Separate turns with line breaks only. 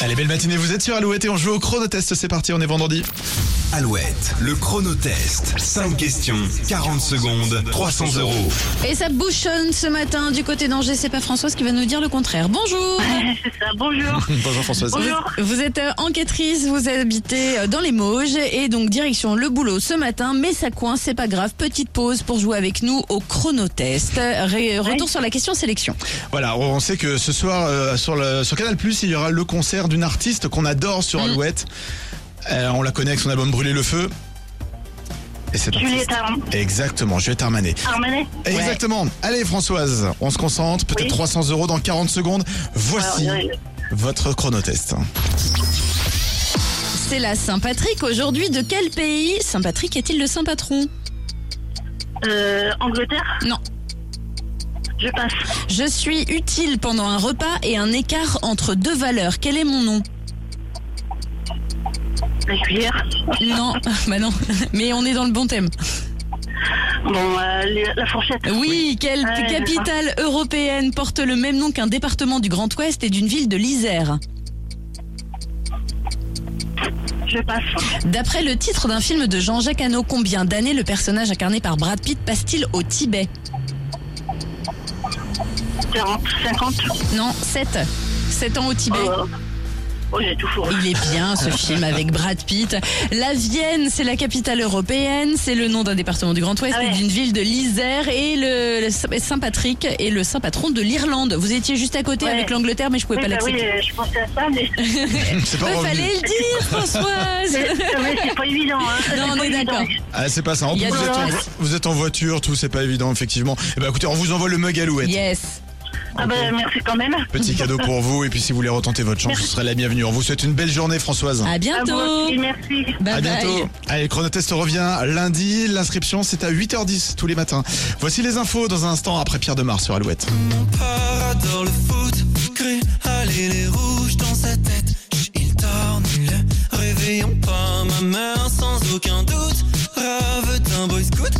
Allez, belle matinée, vous êtes sur Alouette et on joue au chronotest, c'est parti, on est vendredi.
Alouette, le chronotest. 5 questions, 40 secondes, 300 euros.
Et ça bouchonne ce matin du côté d'Angers, c'est pas Françoise qui va nous dire le contraire. Bonjour
C'est ça, bonjour.
Bonjour Françoise.
Bonjour.
Vous êtes euh, enquêtrice, vous habitez euh, dans les Mauges et donc direction le boulot ce matin, mais ça coince, c'est pas grave. Petite pause pour jouer avec nous au chronotest. Euh, Ré- retour sur la question sélection.
Voilà, on sait que ce soir euh, sur, le, sur Canal Plus, il y aura le concert d'une artiste qu'on adore sur
Mm.
Alouette. Euh, on la connaît avec son album Brûler le feu. Et c'est
Juliette Arm-
Exactement, Juliette Armanet.
Armanet.
Exactement. Allez Françoise, on se concentre, peut-être
Oui.
300 euros dans 40 secondes. Voici
Alors, oui.
votre chronotest.
C'est la Saint-Patrick aujourd'hui. De quel pays Saint-Patrick est-il le Saint-Patron
Euh, Angleterre,
Non.
je passe.
Je suis utile pendant un repas et un écart entre deux valeurs. Quel est mon nom
La cuillère.
Non, bah non. Mais on est dans le bon thème.
Bon, euh, les- la fourchette.
Oui, quelle
Ouais,
capitale européenne porte le même nom qu'un département du Grand Ouest et d'une ville de l'Isère
Je passe.
D'après le titre d'un film de Jean-Jacques Hano, combien d'années le personnage incarné par Brad Pitt passe-t-il au Tibet
40, 50.
Non, 7. 7 ans au Tibet.
Oh, oh, j'ai tout fourré.
Il est bien ce film avec Brad Pitt. La Vienne, c'est la capitale européenne, c'est le nom d'un département du Grand Ouest
Ah ouais.
et d'une ville de l'Isère et le, le Saint- Saint-Patrick est le Saint-patron de l'Irlande. Vous étiez juste à côté
Ouais.
avec l'Angleterre mais je pouvais
Oui,
pas
bah oui,
l'accepter.
euh, je pensais à ça, mais,
C'est pas
Il
revenu.
fallait le dire Françoise
mais c'est pas évident. Hein. ça,
Non,
c'est
on
pas
est
évident.
d'accord.
Ah, c'est pas ça. En plus,
Il y a
vous,
de
êtes en,
l'or.
vo- vous êtes en voiture, tout, c'est pas évident, effectivement. Eh ben, écoutez, on vous envoie le mug Alouette.
Yes
Ah bah merci quand même.
Petit cadeau pour vous. Et puis, si vous voulez retenter votre chance, vous serez la bienvenue. On vous souhaite une belle journée, Françoise.
À
À vous
bientôt
aussi, merci.
Bye
à
bye.
bientôt. Allez, le chronotest revient lundi. L'inscription, c'est à 8h10 tous les matins. Voici les infos dans un instant après Pierre de Mars sur Alouette.
père adore le foot. Cru, allez les rouges dans sa tête. Chut, Il torne le réveillons pas ma mère sans aucun doute.